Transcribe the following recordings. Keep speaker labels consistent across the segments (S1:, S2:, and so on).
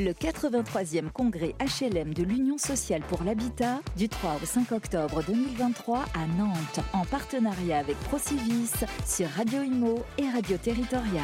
S1: Le 83e congrès HLM de l'Union sociale pour l'habitat du 3 au 5 octobre 2023 à Nantes en partenariat avec Procivis sur Radio Imo et Radio Territoria.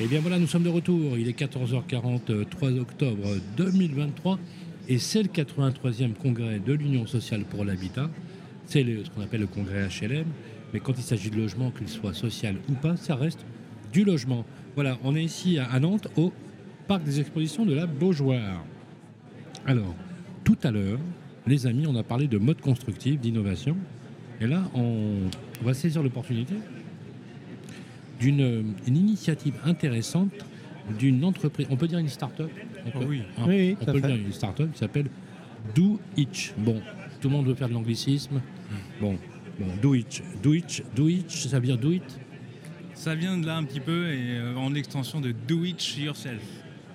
S2: Et Eh bien voilà, nous sommes de retour. Il est 14h40, 3 euh, octobre 2023, et c'est le 83e congrès de l'Union sociale pour l'habitat. C'est le- ce qu'on appelle le congrès HLM, mais quand il s'agit de logement, qu'il soit social ou pas, ça reste du logement. Voilà, on est ici à à Nantes, au parc des expositions de la Beaujoire. Alors, tout à l'heure, les amis, on a parlé de mode constructif, d'innovation, et là, on va saisir l'opportunité d'une euh, une initiative intéressante d'une entreprise, on peut dire une start-up on peut-
S3: oui.
S2: hein,
S4: Oui, oui,
S2: on
S4: tout à
S2: peut le
S4: fait.
S2: dire une start-up qui s'appelle Do Itch. Bon, tout le monde veut faire de l'anglicisme. Bon, bon, Do Itch, Do Itch, Do Itch, ça veut dire Do It.
S3: Ça vient de là un petit peu et euh, en extension de do it yourself.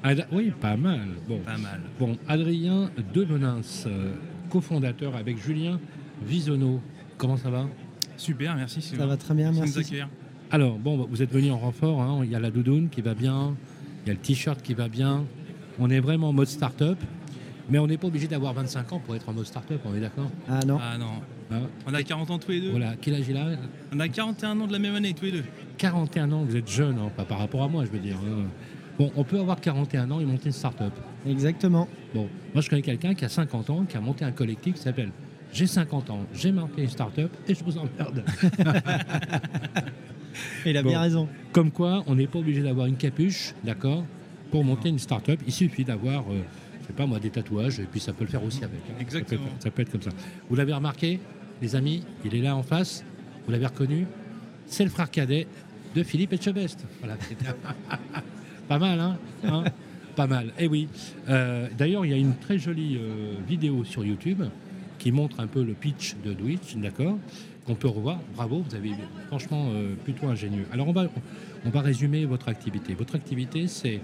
S2: Ad- Ah, oui, pas mal. Bon,
S3: Pas mal.
S2: bon Adrien Devenins, euh, cofondateur avec Julien Visonneau. Comment ça va
S3: Super, merci.
S4: Ça va très bien,
S3: nous
S4: merci.
S3: accueillir.
S2: Alors, bon, bah, vous êtes venu en renfort. hein. Il y a la doudoune qui va bien. Il y a le t-shirt qui va bien. On est vraiment en mode start-up. Mais on n'est pas obligé d'avoir 25 ans pour être en mode start-up, on est d'accord
S4: Ah non,
S3: Ah non,
S2: Hein
S3: on a 40 ans tous les deux.
S2: Voilà, quel âge il a
S3: On a 41 ans de la même année tous les deux.
S2: 41 ans, vous êtes jeune, hein, pas par rapport à moi, je veux dire. hein. Bon, on peut avoir 41 ans et monter une start-up.
S4: exactement.
S2: Bon, moi je connais quelqu'un qui a 50 ans, qui a monté un collectif qui s'appelle J'ai 50 ans, j'ai monté une start-up et je vous emmerde.
S4: Et il a
S2: Bon.
S4: bien raison.
S2: Comme quoi, on n'est pas obligé d'avoir une capuche, d'accord, pour monter une start-up. Il suffit d'avoir, euh, je sais pas moi, des tatouages et puis ça peut le faire aussi avec. hein.
S3: Exactement.
S2: Ça peut, être- ça peut être comme ça. Vous l'avez remarqué, les amis, il est là en face, vous l'avez reconnu, c'est le frère cadet de Philippe Etchebest. Voilà. Pas mal, hein, Hein Pas mal. Eh oui. Euh, D'ailleurs, il y a une très jolie euh, vidéo sur YouTube qui montre un peu le pitch de Twitch, d'accord Qu'on peut revoir. Bravo, vous avez franchement euh, plutôt ingénieux. Alors, on va, on va résumer votre activité. Votre activité, c'est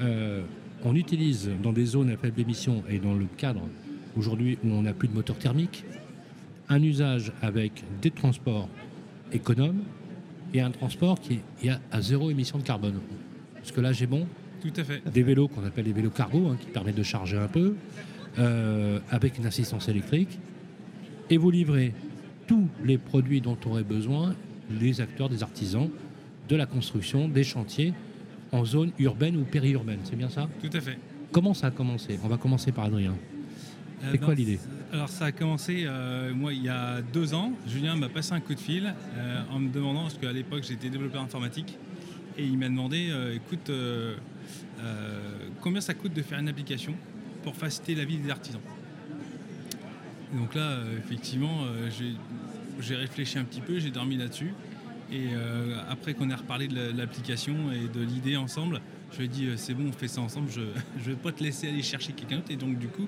S2: euh, on utilise dans des zones à faible émission et dans le cadre aujourd'hui où on n'a plus de moteur thermique, un usage avec des transports économes et un transport qui est à- à zéro émission de carbone. Parce que là, j'ai bon
S3: Tout à fait.
S2: des vélos qu'on appelle les vélos cargo, hein, qui permettent de charger un peu, euh, avec une assistance électrique, et vous livrez tous les produits dont aurait besoin les acteurs, des artisans, de la construction, des chantiers, en zone urbaine ou périurbaine. C'est bien ça
S3: Tout à fait.
S2: Comment ça a commencé On va commencer par Adrien.
S3: Euh,
S2: C'est quoi
S3: ben,
S2: l'idée
S3: c'est- Alors ça a commencé, euh, moi, il y a deux ans, Julien m'a passé un coup de fil euh, en me demandant, parce qu'à l'époque j'étais développeur informatique, et il m'a demandé, euh, écoute, euh, euh, combien ça coûte de faire une application pour faciliter la vie des artisans Et Donc là, euh, effectivement, euh, j'ai- j'ai réfléchi un petit peu, j'ai dormi là-dessus, et euh, après qu'on ait reparlé de la- l'application et de l'idée ensemble, je lui ai dit, euh, c'est bon, on fait ça ensemble, je ne vais pas te laisser aller chercher quelqu'un d'autre, et donc du coup,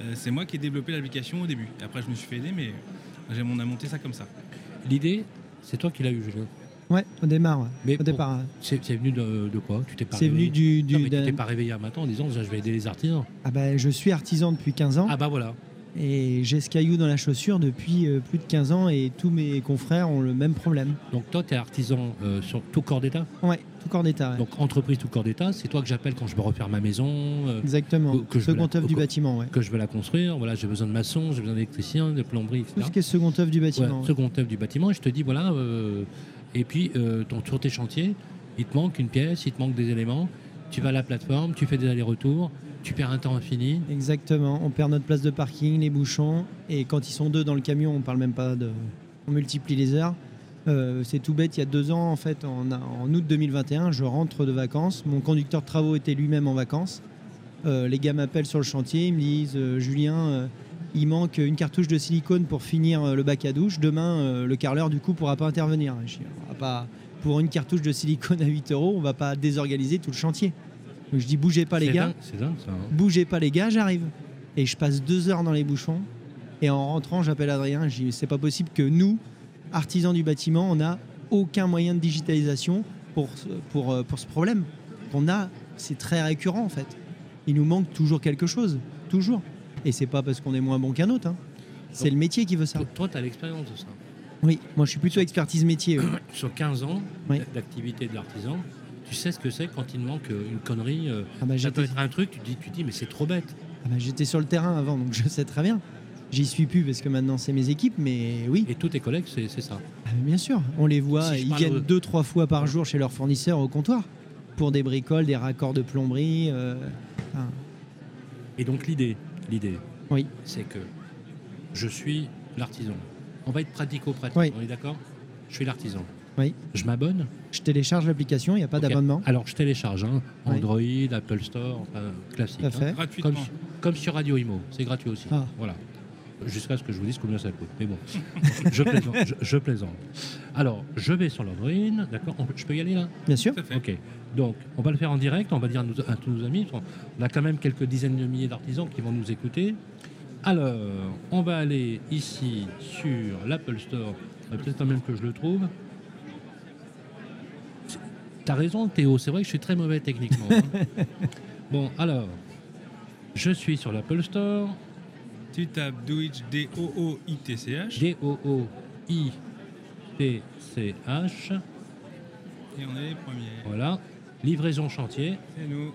S3: euh, c'est moi qui ai développé l'application au début. Après, je me suis fait aider, mais j'ai- on a monté ça comme ça.
S2: L'idée, c'est toi qui l'as eu, Julien.
S4: Ouais, au démarre, ouais.
S2: Mais
S4: au
S2: pour-
S4: départ. ouais.
S2: C'est c'est venu de, de quoi Tu t'es pas
S4: C'est venu
S2: réveillé
S4: du.
S2: Non,
S4: du-
S2: mais tu
S4: d'un-
S2: t'es pas réveillé un matin en disant je vais aider les artisans.
S4: Ah bah, je suis artisan depuis 15 ans
S2: Ah bah voilà.
S4: et j'ai ce caillou dans la chaussure depuis euh, plus de 15 ans et tous mes confrères ont le même problème.
S2: Donc toi, tu es artisan euh, sur tout corps d'État
S4: Ouais, tout corps d'état. ouais.
S2: Donc entreprise tout corps d'État, c'est toi que j'appelle quand je veux refaire ma maison, euh,
S4: Exactement.
S2: que- que je veux
S4: Second
S2: la-
S4: œuvre du
S2: que-
S4: bâtiment, ouais.
S2: que je veux la construire, voilà, j'ai besoin de maçon, j'ai besoin d'électricien, de plomberie, etc.
S4: Tout ce qui est second œuvre du
S2: Ouais,
S4: bâtiment. ouais.
S2: second œuvre du bâtiment, et je te dis voilà, euh, et puis euh, ton, sur tes chantiers, il te manque une pièce, il te manque des éléments, tu vas à la plateforme, tu fais des allers-retours, tu perds un temps infini.
S4: Exactement. On perd notre place de parking, les bouchons et quand ils sont deux dans le camion, on parle même pas de. On multiplie les heures. Euh, c'est tout bête, il y a deux ans, en fait, en, en août 2021, je rentre de vacances. Mon conducteur de travaux était lui-même en vacances. Euh, les gars m'appellent sur le chantier, ils me disent euh, Julien, euh, il manque une cartouche de silicone pour finir euh, le bac à douche. Demain, euh, le carreleur, du coup, pourra pas intervenir. Et je dis, On va pas, pour une cartouche de silicone à 8 euros, on va pas désorganiser tout le chantier. Donc je dis Bougez pas, les
S2: C'est
S4: gars.
S2: dingue- C'est dingue ça. hein.
S4: Bougez pas les gars, j'arrive. Et je passe deux heures dans les bouchons. Et en rentrant, j'appelle Adrien. Je dis, c'est pas possible que nous, artisans du bâtiment, on n'a aucun moyen de digitalisation pour, ce- pour, euh, pour ce problème. Qu'on a, c'est très récurrent en fait. Il nous manque toujours quelque chose. Toujours. Et c'est pas parce qu'on est moins bon qu'un autre. hein. C'est le métier qui veut ça.
S2: Toi- Toi, tu as l'expérience de ça.
S4: Oui, moi je suis plutôt expertise métier. oui.
S2: Sur 15 ans
S4: Oui.
S2: d'activité de l'artisan, tu sais ce que c'est quand il manque euh, une connerie. euh,
S4: Ah bah,
S2: ça peut
S4: j'étais-
S2: être un truc, tu te dis, tu te dis mais c'est trop bête.
S4: ah bah, j'étais sur le terrain avant, donc je sais très bien. J'y suis plus parce que maintenant c'est mes équipes, mais oui,
S2: Et tous tes collègues, c'est c'est ça.
S4: Ah, mais bien sûr, on les voit,
S2: Si je
S4: ils
S2: parle
S4: viennent
S2: au-
S4: deux, trois fois par jour chez leur fournisseur au comptoir pour des bricoles, des raccords de plomberie. euh, enfin,
S2: Et donc l'idée, l'idée,
S4: Oui.
S2: c'est que je suis l'artisan. On va être pratico-pratique,
S4: Oui.
S2: on est d'accord Je suis l'artisan.
S4: Oui.
S2: Je m'abonne
S4: je télécharge l'application, il n'y a pas
S2: Ok.
S4: d'abonnement.
S2: Alors je télécharge, hein,
S4: Oui.
S2: Android, Apple Store, enfin, classique.
S4: Tout à
S2: hein.
S4: fait.
S2: Comme,
S3: gratuitement.
S2: comme sur Radio Imo, c'est gratuit aussi.
S4: Ah.
S2: Voilà. Jusqu'à ce que je vous dise combien ça coûte. Mais bon, je plaisante. je- je plaisante. Alors, je vais sur l'Android, d'accord On- Je peux y aller là
S4: Bien sûr.
S3: Tout à fait.
S2: Ok. Donc, on va le faire en direct. On va dire à, nos- à tous nos amis. parce qu'on- On a quand même quelques dizaines de milliers d'artisans qui vont nous écouter. Alors, on va aller ici sur l'Apple Store. Il faudrait Peut-être quand même que je le trouve. C'est- T'as raison, Théo. C'est vrai que je suis très mauvais techniquement. hein. bon, alors, je suis sur l'Apple Store.
S3: Tu tapes Doitch, D-O-O-I-T-C-H,
S2: D-O-O-I-T-C-H.
S3: et on est les premiers.
S2: Voilà. Livraison chantier.
S3: C'est nous.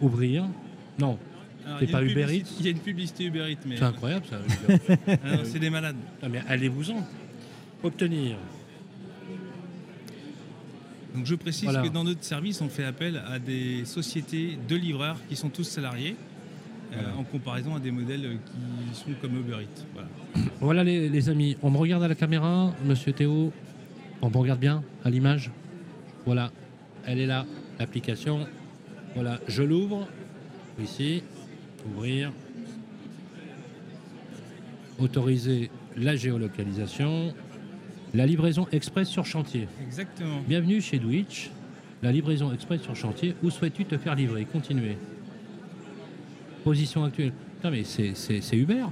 S2: Ouvrir. Non,
S3: Alors,
S2: C'est
S3: il y a
S2: pas
S3: une
S2: Uber
S3: publicité-
S2: Eats
S3: Il y a une publicité Uber Eats, mais
S2: c'est incroyable ça.
S3: Ah non, c'est des malades.
S2: Non, mais allez-vous-en. Obtenir.
S3: Donc je précise
S2: Voilà.
S3: que dans notre service, on fait appel à des sociétés de livreurs qui sont tous salariés, euh,
S2: Voilà.
S3: en comparaison à des modèles euh, qui sont comme Uber Eats. Voilà.
S2: Voilà les, les amis, on me regarde à la caméra, monsieur Théo, on me regarde bien à l'image. Voilà, elle est là, l'application. Voilà, je l'ouvre. Ici, ouvrir. Autoriser la géolocalisation. La livraison express sur chantier.
S3: Exactement.
S2: Bienvenue chez Twitch. La livraison express sur chantier. Où souhaites-tu te faire livrer Continuez. Position actuelle. Putain, mais c'est- c'est c'est Uber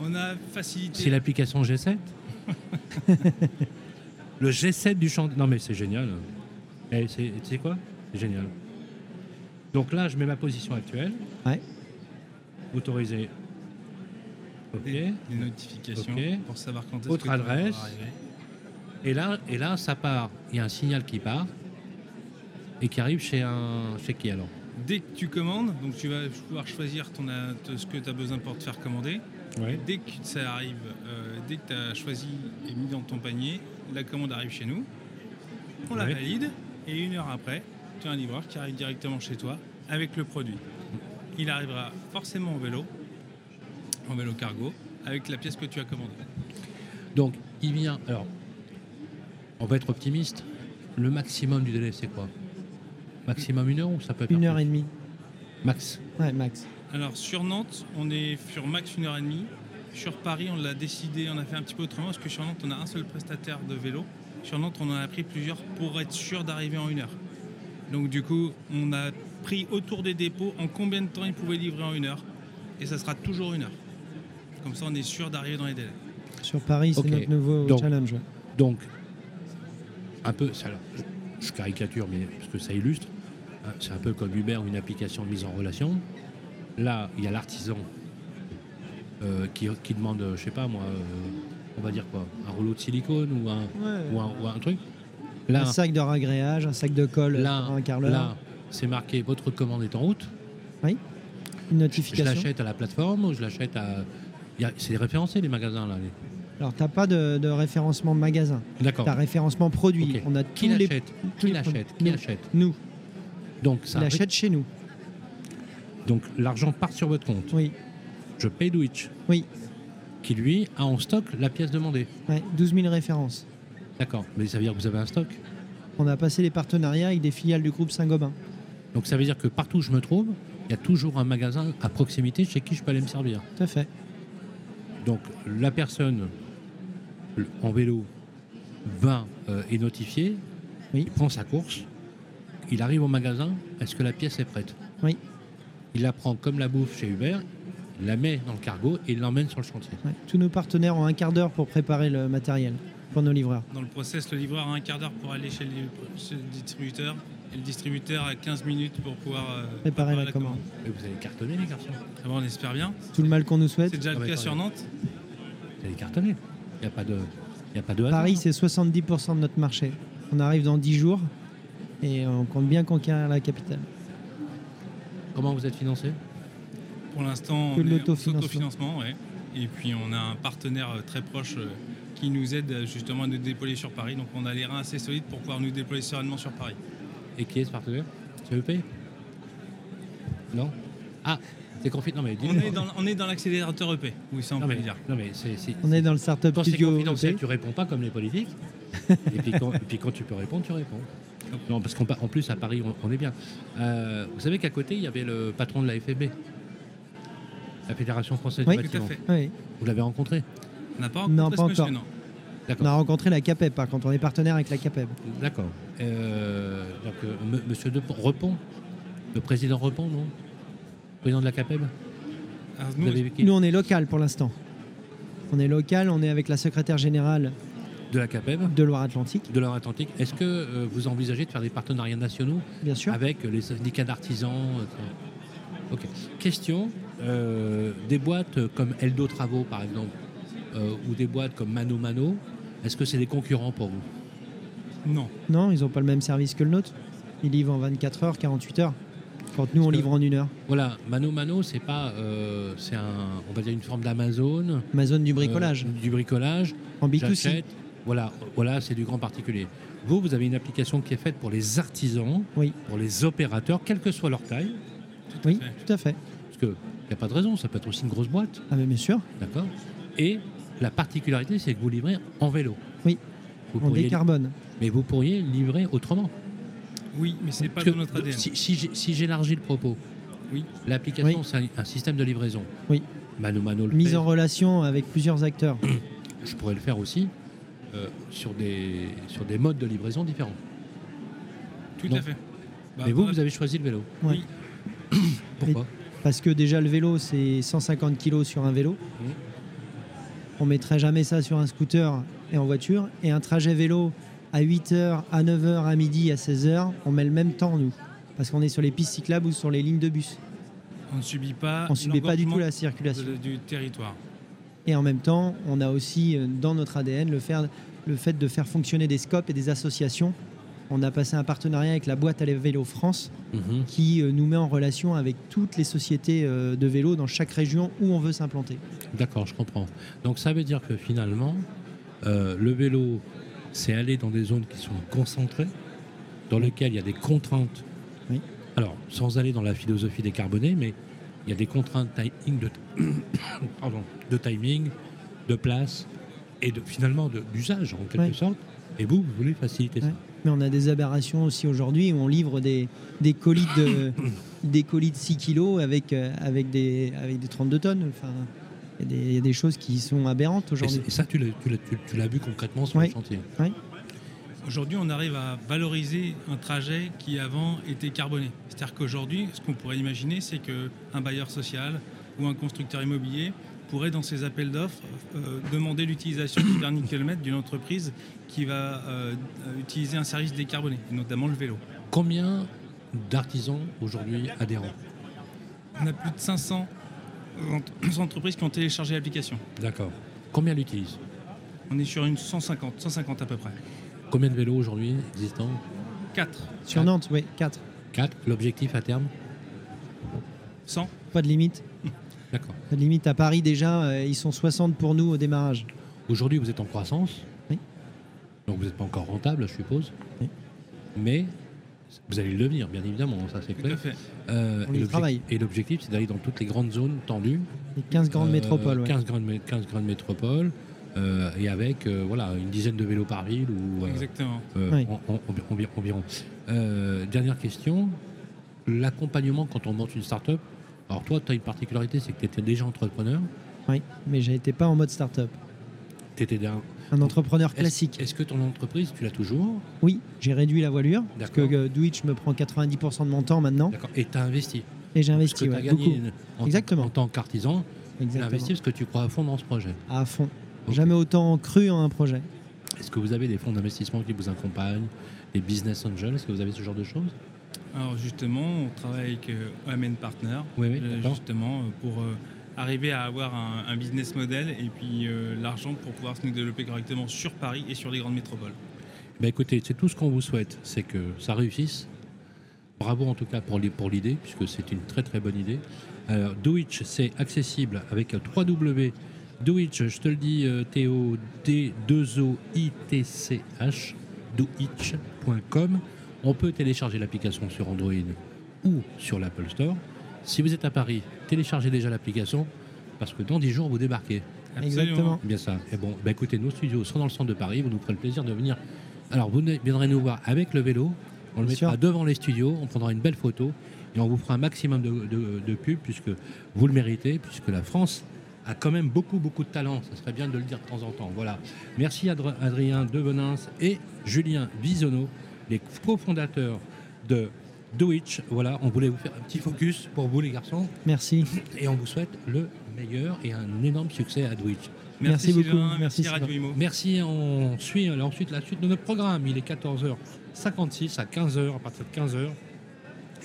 S3: On a
S2: C'est
S3: facilité.
S2: l'application G7 Le G7 du chantier. Non mais c'est génial. Eh, c'est- Tu sais quoi C'est génial. Donc là, je mets ma position actuelle.
S4: Ouais.
S2: Autorisé. Ok.
S3: des, des notifications
S2: Ok.
S3: pour savoir quand est-ce
S2: Autre
S3: que ton
S2: adresse.
S3: livre va arriver.
S2: Et là, et là, ça part. Il y a un signal qui part et qui arrive chez un chez qui alors
S3: Dès que tu commandes, donc tu vas pouvoir choisir ton, a- te- ce que tu as besoin pour te faire commander.
S2: Ouais.
S3: Dès que ça arrive, euh, dès que tu as choisi et mis dans ton panier, la commande arrive chez nous. On la
S2: Ouais.
S3: valide et une heure après, tu as un livreur qui arrive directement chez toi avec le produit. Il arrivera forcément en vélo, en vélo cargo, avec la pièce que tu as commandée.
S2: Donc, il vient. Alors, on va être optimiste. Le maximum du délai, c'est quoi Maximum une heure ou ça peut être
S4: Une
S2: un
S4: heure
S2: peu
S4: et demie.
S2: Max.
S4: Ouais, max.
S3: Alors sur Nantes, on est sur max une heure et demie. Sur Paris, on l'a décidé, on a fait un petit peu autrement parce que sur Nantes, on a un seul prestataire de vélo. Sur Nantes, on en a pris plusieurs pour être sûr d'arriver en une heure. Donc du coup, on a pris autour des dépôts en combien de temps ils pouvaient livrer en une heure. Et ça sera toujours une heure. Comme ça, on est sûr d'arriver dans les délais.
S4: Sur Paris, c'est
S2: Ok.
S4: notre nouveau
S2: Donc,
S4: challenge. ouais.
S2: Donc, un peu, ça, alors, je- je caricature, mais parce que ça illustre, hein, c'est un peu comme Uber, une application de mise en relation. Là, il y a l'artisan euh, qui, qui demande, euh, je sais pas moi, euh, on va dire quoi, un rouleau de silicone ou un, ou un, ou un truc. Là,
S4: Un sac de ragréage, un sac de colle
S2: là,
S4: pour un quart d'heure,
S2: là, c'est marqué votre commande est en route.
S4: une
S2: Je
S4: notification.
S2: l'achète à la plateforme ou je l'achète à. il y a- C'est référencé les magasins là. les-
S4: Alors, t'as pas de, de référencement magasin,
S2: D'accord.
S4: t'as référencement produit.
S2: Ok.
S4: On a
S2: Qui
S4: tous les.
S2: l'achète
S4: tous
S2: Qui
S4: les-
S2: l'achète Qui
S4: Nous.
S2: l'achète
S4: Nous,
S2: Donc
S4: on
S2: ça.
S4: l'achète chez nous.
S2: Donc l'argent part sur votre compte.
S4: Oui,
S2: Je paye Twitch,
S4: oui.
S2: qui lui a en stock la pièce demandée.
S4: Ouais, 12 000 références.
S2: D'accord. Mais ça veut dire que vous avez un stock.
S4: On a passé les partenariats avec des filiales du groupe Saint-Gobain.
S2: Donc ça veut dire que partout où je me trouve, il y a toujours un magasin à proximité chez qui je peux aller me servir.
S4: Tout à fait.
S2: Donc la personne le- en vélo va euh, est notifiée,
S4: Oui.
S2: il prend sa course, il arrive au magasin, est-ce que la pièce est prête
S4: Oui.
S2: Il la prend comme la bouffe chez Uber, il la met dans le cargo et il l'emmène sur le chantier.
S4: Ouais. Tous nos partenaires ont un quart d'heure pour préparer le matériel pour nos livreurs.
S3: Dans le process, le livreur a un quart d'heure pour aller chez le, chez le distributeur. Et le distributeur a 15 minutes pour pouvoir euh,
S4: Préparer la commande.
S2: Et vous allez cartonner les garçons.
S3: Ah bon, on espère bien.
S4: Tout le mal qu'on nous
S3: C'est
S4: souhaite.
S3: déjà
S2: Ah
S3: le
S2: bah,
S3: cas
S2: quand
S3: sur
S2: même.
S3: Nantes.
S2: Vous allez cartonner. Il n'y a pas hein. de. Il n'y a pas de hasard.
S4: Paris, c'est 70% de notre marché. On arrive dans 10 jours. Et on compte bien conquérir la capitale.
S2: Comment vous êtes financé
S3: Pour l'instant,
S4: Que
S3: on
S4: de
S3: est en
S4: l'autofinancement.
S3: s'autofinancement, ouais. Et puis on a un partenaire euh, très proche euh, qui nous aide euh, justement à nous déployer sur Paris. Donc on a les reins assez solides pour pouvoir nous déployer sereinement sur Paris.
S2: Et qui est ce partenaire CEP Non Ah, c'est confit. Non, mais
S3: On
S2: dis-le.
S3: est dans, on est dans l'accélérateur EP, oui,
S4: Ah
S3: ça on
S2: Non,
S3: peut
S2: mais,
S3: le dire.
S2: non, mais c'est. c'est-
S4: On est dans le Startup
S2: Quand c'est
S4: Studio.
S2: confidentiel,
S4: EP.
S2: tu réponds pas comme les politiques. et, puis quand, et puis quand tu peux répondre, tu réponds. Non, parce qu'en pa- en plus, à Paris, on, on est bien. Euh, vous savez qu'à côté, il y avait le patron de la FFB, la Fédération Française
S4: Oui.
S2: du
S3: Tout à
S2: Bâtiment.
S3: fait.
S4: Oui.
S2: Vous l'avez rencontré
S3: On n'a pas
S4: Non,
S3: rencontré
S4: pas
S3: ce monsieur,
S4: encore.
S3: non.
S4: On a
S2: D'accord.
S4: rencontré la CAPEB par contre, on est partenaire avec la CAPEB.
S2: D'accord. Euh, donc, euh, m- monsieur de Repon, le président Repon, non Président de la CAPEB
S3: Alors,
S2: Vous
S3: nous,
S2: avez vu qui
S4: Nous on est local pour l'instant. On est local, on est avec la secrétaire générale
S2: De la CAPEB
S4: de Loire-Atlantique,
S2: de l'Atlantique. Est-ce que euh, vous envisagez de faire des partenariats nationaux
S4: bien sûr.
S2: avec les syndicats d'artisans. euh, Ok. Question euh, des boîtes comme Eldo Travaux, par exemple, euh, ou des boîtes comme Mano Mano, est-ce que c'est des concurrents pour vous
S3: Non.
S4: Non, ils n'ont pas le même service que le nôtre. Ils livrent en 24 heures, 48 heures. Quand nous, on
S2: que-
S4: livre en une heure.
S2: Voilà, Mano Mano, c'est pas, euh, c'est un, on va dire une forme d'Amazon,
S4: Amazon du bricolage,
S2: euh, du bricolage.
S4: en B2C.
S2: J'achète. Voilà, voilà, c'est du grand particulier. Vous, vous avez une application qui est faite pour les artisans,
S4: Oui.
S2: pour les opérateurs, quelle que soit leur taille,
S4: Oui,
S3: fait.
S4: tout à fait.
S2: parce que n'y a pas de raison, ça peut être aussi une grosse boîte.
S4: Ah, mais bien sûr.
S2: D'accord Et la particularité, c'est que vous livrez en vélo.
S4: Oui.
S2: Vous
S4: On
S2: pourriez-
S4: décarbone.
S2: mais vous pourriez livrer autrement.
S3: Oui, mais c'est pas
S2: Parce que
S3: dans notre ADN.
S2: Si, si j'ai- si j'élargis le propos,
S3: Oui.
S2: l'application, c'est un, un système de livraison.
S4: Oui.
S2: Mano Mano le
S4: Mise
S2: fait.
S4: en relation avec plusieurs acteurs.
S2: Je pourrais le faire aussi euh, sur, des, sur des modes de livraison différents.
S3: Tout
S2: Non.
S3: à fait. Bah,
S2: mais vous,
S3: bah,
S2: vous avez choisi le vélo.
S4: Ouais.
S2: Pourquoi
S4: Parce que déjà, le vélo, c'est 150 kilos sur un vélo.
S2: Oui.
S4: On mettrait jamais ça sur un scooter et en voiture. Et un trajet vélo à 8h, à 9h, à midi, à 16h, on met le même temps, nous. Parce qu'on est sur les pistes cyclables ou sur les lignes de bus.
S3: on ne subit pas.
S2: Ah,
S4: On ne subit pas du tout la
S3: l'engorgement
S4: circulation.
S3: de- du territoire.
S4: Et en même temps, on a aussi euh, dans notre ADN le, faire- le fait de faire fonctionner des scopes et des associations. On a passé un partenariat avec la boîte à les vélos France
S2: Mhm.
S4: qui euh, nous met en relation avec toutes les sociétés euh, de vélos dans chaque région où on veut s'implanter.
S2: D'accord, je comprends. Donc ça veut dire que finalement, euh, le vélo, c'est aller dans des zones qui sont concentrées, dans lesquelles il y a des contraintes.
S4: Oui.
S2: Alors, sans aller dans la philosophie décarbonée, mais il y a des contraintes timing de, pardon, de timing, de place et de, finalement de- d'usage en quelque
S4: Oui.
S2: sorte. Et vous, vous voulez faciliter ça.
S4: Ouais. Mais on a des aberrations aussi aujourd'hui où on livre des, des colis de des colis de 6 kilos avec, euh, avec, des, avec des 32 tonnes. Enfin, il y, a des- il y a des choses qui sont aberrantes
S2: Et,
S4: aujourd'hui.
S2: c'est- et ça, tu l'as- tu l'as tu- tu l'as vu concrètement sur le
S4: Oui.
S2: chantier.
S3: Aujourd'hui, on arrive à valoriser un trajet qui avant était carboné. C'est-à-dire qu'aujourd'hui, ce qu'on pourrait imaginer, c'est qu'un bailleur social ou un constructeur immobilier pourrait, dans ses appels d'offres, euh, demander l'utilisation du dernier kilomètre d'une entreprise qui va euh, utiliser un service décarboné, notamment le vélo.
S2: Combien d'artisans aujourd'hui adhérents
S3: On a plus de 500 ent- entreprises qui ont téléchargé l'application.
S2: D'accord. Combien l'utilisent
S3: On est sur une 150, 150 à peu près.
S2: Combien de vélos aujourd'hui existants
S3: 4,
S4: Sur Nantes, oui, 4.
S2: 4. L'objectif à terme
S3: 100.
S4: Pas de limite.
S2: D'accord.
S4: Pas de limite. À Paris, déjà, euh, ils sont 60 pour nous au démarrage.
S2: Aujourd'hui, vous êtes en croissance.
S4: Oui.
S2: Donc vous n'êtes pas encore rentable, je suppose.
S4: Oui.
S2: Mais vous allez le devenir, bien évidemment, ça c'est
S3: Tout à
S2: clair.
S3: fait.
S2: Euh, et
S4: On y
S2: l'objectif-
S4: travaille.
S2: Et l'objectif, c'est d'aller dans toutes les grandes zones tendues.
S4: Les 15 grandes
S2: Euh,
S4: métropoles. ouais.
S2: 15 grandes, mé- 15 grandes métropoles. euh, et avec euh, voilà, une dizaine de vélos par ville ou euh,
S3: Exactement.
S2: euh,
S4: Oui.
S2: en- en- envi- envi- environ. Euh, dernière question. L'accompagnement quand on monte une start-up. Alors toi, tu as une particularité, c'est que tu étais déjà entrepreneur.
S4: Oui, mais j'étais pas en mode start-up.
S2: Tu étais d'un
S4: Un entrepreneur
S2: Est-ce-
S4: classique.
S2: Est-ce que ton entreprise, tu l'as toujours
S4: Oui, j'ai réduit la voilure parce que
S2: D'accord.
S4: euh, Twitch me prend 90% de mon temps maintenant
S2: D'accord. Et tu as investi.
S4: et j'ai
S2: Ce que
S4: investi
S2: tu as
S4: ouais, beaucoup.
S2: gagné en, tant-
S4: Exactement.
S2: en tant qu'artisan, tu as
S4: Exactement.
S2: investi parce que tu crois à fond dans ce projet.
S4: À fond.
S2: Ok.
S4: Jamais autant cru en un projet.
S2: Est-ce que vous avez des fonds d'investissement qui vous accompagnent Des business angels Est-ce que vous avez ce genre de choses
S3: Alors justement, on travaille avec euh, OMN Partner.
S2: Oui, oui,
S3: Euh,
S2: d'accord.
S3: justement euh, pour euh, arriver à avoir un, un business model et puis euh, l'argent pour pouvoir se nous développer correctement sur Paris et sur les grandes métropoles.
S2: Bah, écoutez, c'est tout ce qu'on vous souhaite, c'est que ça réussisse. Bravo en tout cas pour l'i- pour l'idée, puisque c'est une très très bonne idée. Alors, Doitch, c'est accessible avec 3 W. Doitch, je te le dis, euh, Théo, D2OITCH, doitch.com. On peut télécharger l'application sur Android ou sur l'Apple Store. Si vous êtes à Paris, téléchargez déjà l'application, parce que dans 10 jours, vous débarquez.
S3: Absolument.
S4: Exactement.
S2: C'est Bien ça. Et bon, bah écoutez, nos studios sont dans le centre de Paris. Vous nous ferez le plaisir de venir. Alors, vous ne- viendrez nous voir avec le vélo. On le
S4: Bien
S2: mettra
S4: sûr.
S2: devant les studios. On prendra une belle photo et on vous fera un maximum de, de, de pubs puisque vous le méritez, puisque la France a quand même beaucoup, beaucoup de talent. Ça serait bien de le dire de temps en temps. Voilà. Merci Adr- Adrien Devenins et Julien Bisonneau, les cofondateurs de Doitch. Voilà, on voulait vous faire un petit focus pour vous les garçons
S4: Merci.
S2: et on vous souhaite le meilleur et un énorme succès à Doitch.
S4: Merci beaucoup.
S3: Sylvain,
S4: Merci,
S3: merci,
S4: Sylvain.
S3: Radio Imo.
S2: Merci, on suit euh, ensuite la suite de notre programme. Il est 14h56 à 15h, à partir de 15h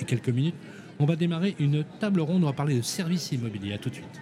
S2: et quelques minutes. On va démarrer une table ronde, on va parler de services immobiliers. À tout de suite.